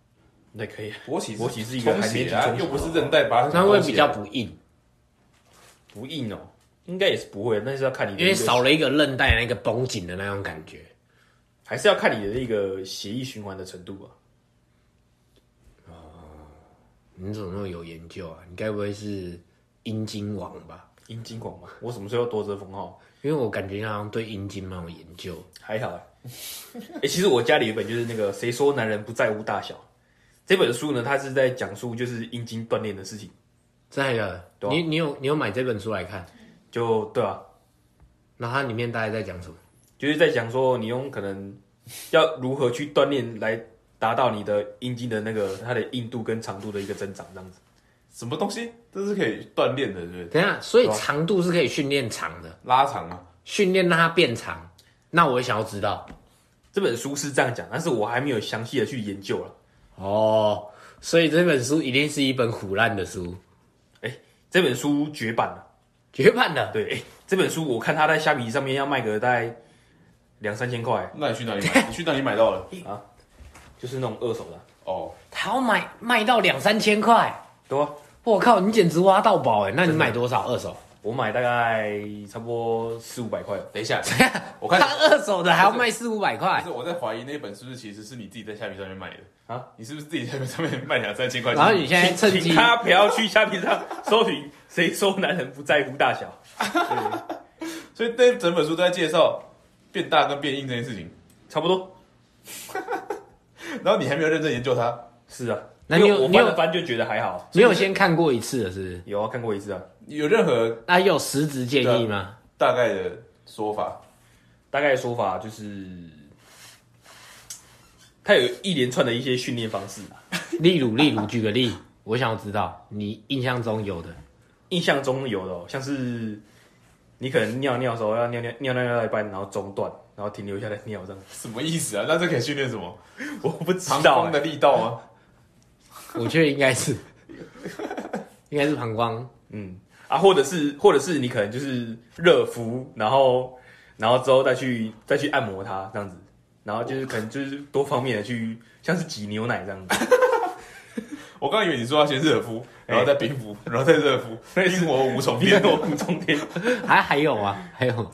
B: 那可以啊，
C: 勃起
B: 勃起是一个
C: 充
B: 还没
C: 血啊，
B: 充血哦
C: 又不是韧带把它
A: 那会
C: 充血
A: 比较不硬，
B: 不硬哦，应该也是不会，但是要看你的
A: 因
B: 那
A: 为
B: 个，
A: 少了一个韧带那个绷紧的那种感觉。
B: 还是要看你的那个血液循环的程度吧。
A: 你怎么那么有研究啊？你该不会是阴茎王吧？
B: 阴茎广嘛，我什么时候夺得封号？
A: 因为我感觉你好像对阴茎蛮有研究。
B: 还 好哎、欸其实我家里有一本就是那个《谁说男人不在乎大小》这本书呢，它是在讲述就是阴茎锻炼的事情。
A: 真的，
B: 对啊
A: 你你有你有买这本书来看？
B: 就对啊，
A: 那它里面大概在讲什么？
B: 就是在讲说你用可能要如何去锻炼来达到你的阴茎的那个它的硬度跟长度的一个增长，这样子。
C: 什么东西，这是可以锻炼的，对不对？
A: 等一下，所以长度是可以训练长的，
C: 拉长嘛，
A: 训练让它变长。那我也想要知道。
B: 这本书是这样讲，但是我还没有详细的去研究了。
A: 哦，所以这本书一定是一本腐烂的书，
B: 这本书绝版了，
A: 绝版的。
B: 对，欸这本书我看它在虾皮上面要卖个大概两三千块，
C: 那你去哪里买？你去哪里买到了？
B: 就是那种二手的啊，
C: 哦，
A: 他要买卖到两三千块，
B: 对啊，
A: 我靠，你简直挖到宝哎！那你买多少二手？
B: 我买大概差不多四五百块，
C: 等一下， 我看
A: 他二手的还要卖四五百块
C: 不是，，我在怀疑那本是不是其实是你自己在虾皮上面买的啊？你是不是自己在虾皮上面卖两三千块钱？
A: 然后你现在趁
B: 请
A: 机
B: 他不要去虾皮上搜寻“谁说男人不在乎大小
C: 所以那整本书都在介绍变大跟变硬这件事情，”，
B: 差不多
C: 然后你还没有认真研究它。
B: 是啊。
A: 那你有
B: 因为我
A: 你有
B: 翻了翻就觉得还好，
A: 你有先看过一次了是不是？
B: 有啊，看过一次啊，
C: 有任何
A: 那有实质建议吗？
C: 大概的说法？
B: 大概说法就是，他有一连串的一些训练方式啊
A: 例如例如举个例，我想要知道你印象中有 的。
B: 印象中有的、哦，像是你可能尿尿的时候要尿尿尿尿尿到一半，然后中断，然后停留下来尿这样，
C: 什么意思啊？那这可以训练什么？
B: 我不知
C: 膀
B: 道、
C: 胱
B: 欸
C: 的力道吗？
A: 我觉得应该是，应该是膀胱。
B: 嗯啊，或者是或者是你可能就是热敷，然后然后之后再去再去按摩它这样子，然后就是可能就是多方面的去，像是挤牛奶这样子，
C: 我刚以为你说要先热敷，
A: 哎
C: 然后再冰敷，然后再热敷，冰火五重
B: 你看
C: 天。
B: 我补充点。
A: 还还有啊，还有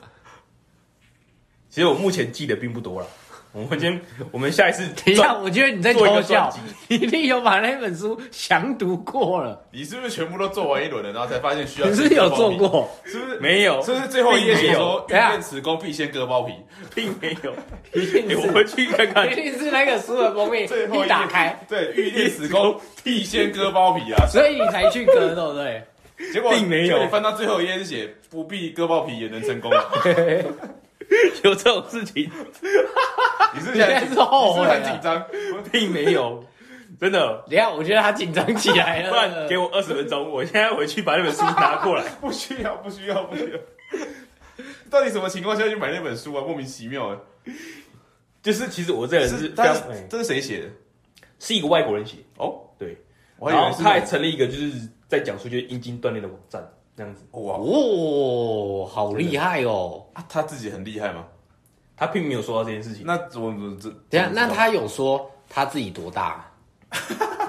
B: 其实我目前记得并不多了，我们今天我们下一次
A: 等一下，
B: 专
A: 我觉得你在
B: 做一
A: 偷
B: 个
A: 笑
B: 专辑，
A: 你一定有把那本书详读过了，
C: 你是不是全部都做完一轮了，然后才发现需要？
A: 你是不是有做？过？
C: 是不是？
B: 没有，
C: 是不是最后一页写说欲
A: 并没有
C: 练此功，必先割包皮？
B: 并没 有，
A: 一定是，
B: 哎我回去看 看
A: 一。定是那个书的封面
C: 最后一
A: 一
C: 页
A: 打开，，
C: 对，欲练此功， 必先割包皮啊！
A: 所以你才去割，对不对？
C: 结果
B: 并没有
C: 结果你翻到最后一页是写不必割包皮也能成功。啊
B: 有这种事情，
C: 你是不是很
A: 你现在是后悔啊了
C: 你是不是很紧张？
B: 并没有，真的。
A: 等一下，我觉得他紧张起来
B: 不然
A: 了。
B: 给我二十分钟，我现在回去把那本书拿过来。
C: 不需要，不需要，不需要。到底什么情况下去买那本书啊？莫名其妙啊！
B: 就是其实我这个人是
C: 是，
B: 非
C: 但
B: 常哎
C: 是这是谁写的？
B: 是一个外国人写，
C: 哦，
B: 对，
C: 我还以
B: 然
C: 为
B: 后
C: 是
B: 他还成立一个就是在讲述就是阴茎锻炼的网站这样子，
C: 哇，
A: 哦，好厉害哦！
C: 啊他自己很厉害吗？
B: 他并没有说到这 件事情，
C: 那我怎这
A: 等一下，那他有说他自己多大？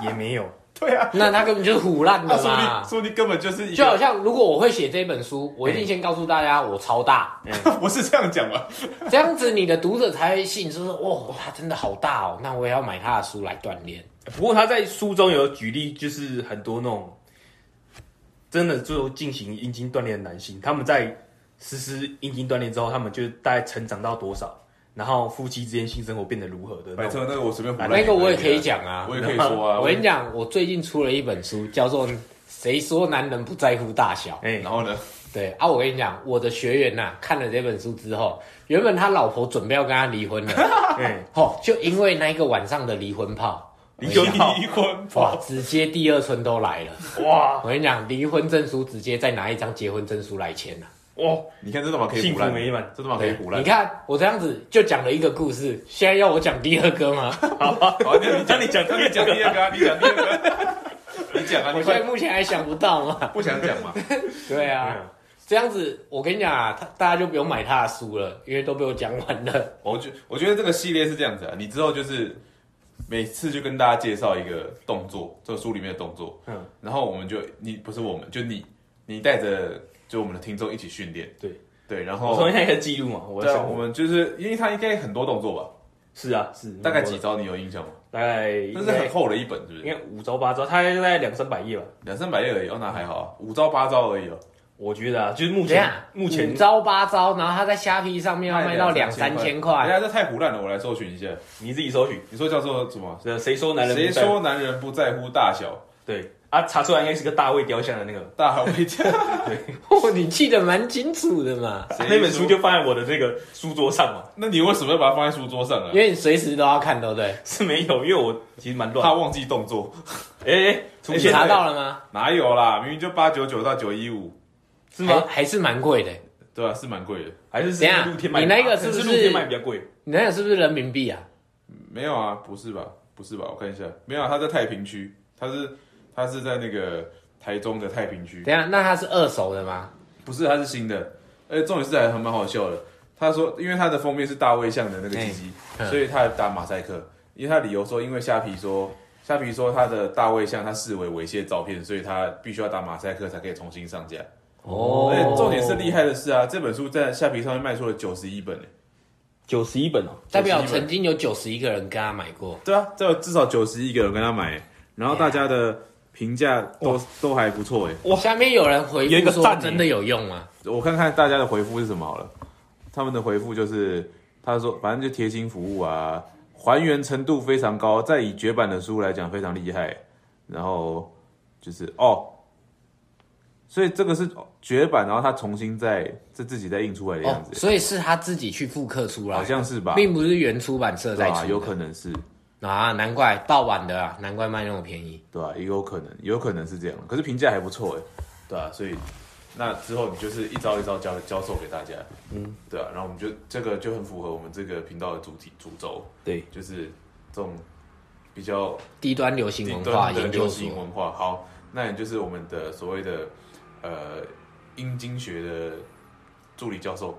B: 也没有，
C: 对啊，
A: 那他根本就是胡乱
C: 那
B: 啊
A: 的
C: 说不定
A: 嘛。
C: 说不定根本就是一
A: 就好
C: 个，
A: 像如果我会写这本书，我一定先告诉大家我超大，
C: 不是这样讲吧？
A: 这样子你的读者才会信，就是哇，他真的好大哦，那我也要买他的书来锻炼。
B: 不过他在书中有举例，就是很多那种真的就进行阴茎锻炼的男性，他们在实施阴茎锻炼之后，他们就大概成长到多少，然后夫妻之间性生活变得如何的那
C: 白车
B: 种。
C: 那个我随便胡乱，
A: 那个我也可以，讲啊
C: 我，也可以说啊。
A: 我跟你讲，我最近出了一本书，叫做《谁说男人不在乎大小》。
B: 哎、
C: 然后呢？
A: 对啊，我跟你讲，我的学员呐、看了这本书之后，原本他老婆准备要跟他离婚 了，
B: 哎、
A: 哦，就因为那一个晚上的离婚炮，
B: 离婚炮
C: 离婚
A: 哇
C: 炮，，
A: 直接第二春都来了。
B: 哇
A: 我跟你讲，离婚证书直接再拿一张结婚证书来签了、啊
B: 哇，
C: 你看这他妈可以胡
B: 幸福
C: 乱，
B: 美满
C: 这他妈可以
A: 对
C: 胡，乱
A: 你。看我这样子就讲了一个故事，现在要我讲第二个 吗？
C: 好，那你讲，
B: 那
C: 那
B: 你讲
C: 你讲第二个啊，你讲第二个，你讲啊，
A: 我
C: 你
A: 现
C: 快
A: 在目前还想不到 嘛。
C: 不想讲嘛？
A: 对啊，
C: 哦
B: 嗯
A: 这样子我跟你讲啊，他大家就不用买他的书了，因为都被我讲完了。
C: 我觉我觉得这个系列是这样子啊，你之后就是每次就跟大家介绍一个动作，这个书里面的动作，
B: 嗯，
C: 然后我们就你不是我们，就你你带着就我们的听众一起训练，
B: 对
C: 对，然
B: 我重
C: 后
B: 新看一下记录嘛，我
C: 对
B: 的
C: 啊，
B: 生
C: 我
B: 活
C: 们就是因为它应该很多动作吧，
B: 是啊是，
C: 大概几招你有印象吗？
B: 大概应
C: 这是
B: 该
C: 很厚的一本，是不
B: 应
C: 是？
B: 该五招八招，他大概两三百页吧。
C: 两三百页而已，哦，那还好啊，五招八招而已哦。
B: 我觉得啊，就是 目
A: 等一
B: 前
A: 下，
B: 目前
A: 五招八招，然后他在虾皮上面要卖到两三千块
C: 人，家这太胡乱了，我来搜寻一下。
B: 你自己搜寻，
C: 你说叫做什么？
B: 呃谁说男人不
C: 谁
B: 在乎
C: 说男人不在乎大小？
B: 对啊，查出来应该是个大卫雕像的那个，
C: 大卫家
A: 哦，你记得蛮清楚的嘛，
C: 谁
B: 那本书
C: 说
B: 就放在我的这个书桌上嘛，
C: 那你为什么要把它放在书桌上啊
A: 因？为你随时都要看，对不对？
B: 是没有，因为我其实蛮
C: 怕
B: 乱。
C: 忘记动作，
B: 哎哎、出
A: 你
B: 现
A: 查
B: 了，
A: 到了吗？
C: 哪有啦？明明就八九九到九一五，
B: 是吗？
A: 还还是蛮贵的。
C: 对啊，是蛮贵的。
B: 还是是
A: 等一下
B: 露天卖？
A: 你那个是不
B: 是
A: 是
B: 露天卖比较贵？
A: 你那个是不是人民币啊？
C: 没有啊，不是吧？不是吧？我看一下，没有、啊，他在太平区，他是他是在那个台中的太平区，
A: 等一下，那它是二手的吗？
C: 不是，他是新的。而且重点是还还蛮好笑的。他说，因为他的封面是大卫像的那个鸡鸡，
A: 嗯
C: 所以他打马赛克。因为他理由说，因为虾皮说虾皮说他的大卫像他视为猥亵照片，所以他必须要打马赛克才可以重新上架。
B: 哦
C: 而且哎重点是厉害的是啊，这本书在虾皮上面卖出了九十一本欸诶、
B: 九十一本哦，
A: 代表
C: 91
A: 曾经有九十一个人跟他买过，
C: 对啊，这有至少九十一个有跟他买、欸，然后大家的评价都都还不错诶、欸
B: 哇
A: 下面有人回
B: 有一
A: 复
B: 个
A: 说
B: 赞耶
A: 真的有用吗？
C: 我看看大家的回复是什么好了，他们的回复就是他说反正就贴心服务啊，还原程度非常高，再以绝版的书来讲非常厉害，然后就是哦。所以这个是绝版，然后他重新再这自己再印出来的
A: 哦
C: 样，子，
A: 所以是他自己去复刻出来的，
C: 好像是吧？
A: 并不是原出版社
C: 对
A: 在
C: 啊，
A: 出，
C: 有可能是，
A: 啊，难怪盗版的啊，难怪卖那么便宜。
C: 对啊，也有可能，有可能是这样。可是评价还不错哎，对啊，所以那之后你就是一招一招教教授给大家，嗯，对啊，然后我们就这个就很符合我们这个频道的主题主轴，
B: 对，
C: 就是这种比较
A: 低端流行
C: 低
A: 文化
C: 端的
A: 研
C: 流
A: 究
C: 行
A: 所，
C: 文化。好，那你就是我们的所谓的呃阴经学的助理教授。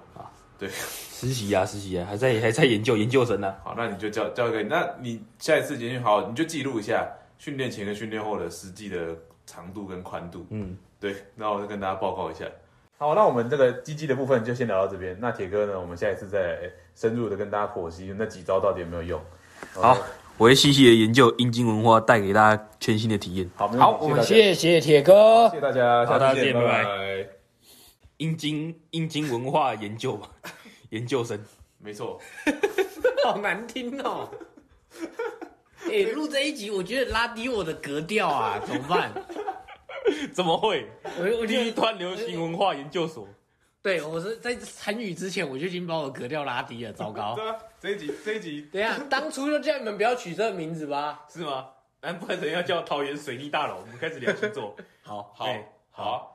B: 实习啊，实习啊，还在还在研究研究生啊呢、
C: 好，那你就教教给你，那你下一次检训好，你就记录一下训练前跟训练后的实际的长度跟宽度。
B: 嗯，
C: 对，那我再跟大家报告一下。好，那我们这个鸡鸡的部分就先聊到这边。那铁哥呢，我们下一次再深入的跟大家剖析那几招到底有没有用。
B: 好，我会细细的研究阴茎文化带给大家全新的体验。
C: 好，没问题
A: 好，我们
C: 谢大家
A: 谢谢铁 哥
C: 谢。谢大家，
B: 好
C: 下
B: 大
C: 次
B: 家
C: 见，
B: 见拜拜
C: 拜。
B: 阴茎阴茎文化研究吧， 研究生。
C: 没错，
A: 好难听 哦。哎、录这一集，我觉得拉低我的格调 啊，怎么办？
B: 怎么会？
A: 我我
B: 第
A: 觉
B: 一
A: 得，
B: 段流行文化研究所，
A: 对我是在参与之前，我就已经把我格调拉低了，糟糕
C: 对！啊， 这一集这一集
A: 等一下，当初就叫你们不要取这个名字吧。
B: 是吗？难不成要叫桃园水泥大楼？我们开始聊星座。
A: 好，
C: 好
B: 哎
C: 好啊，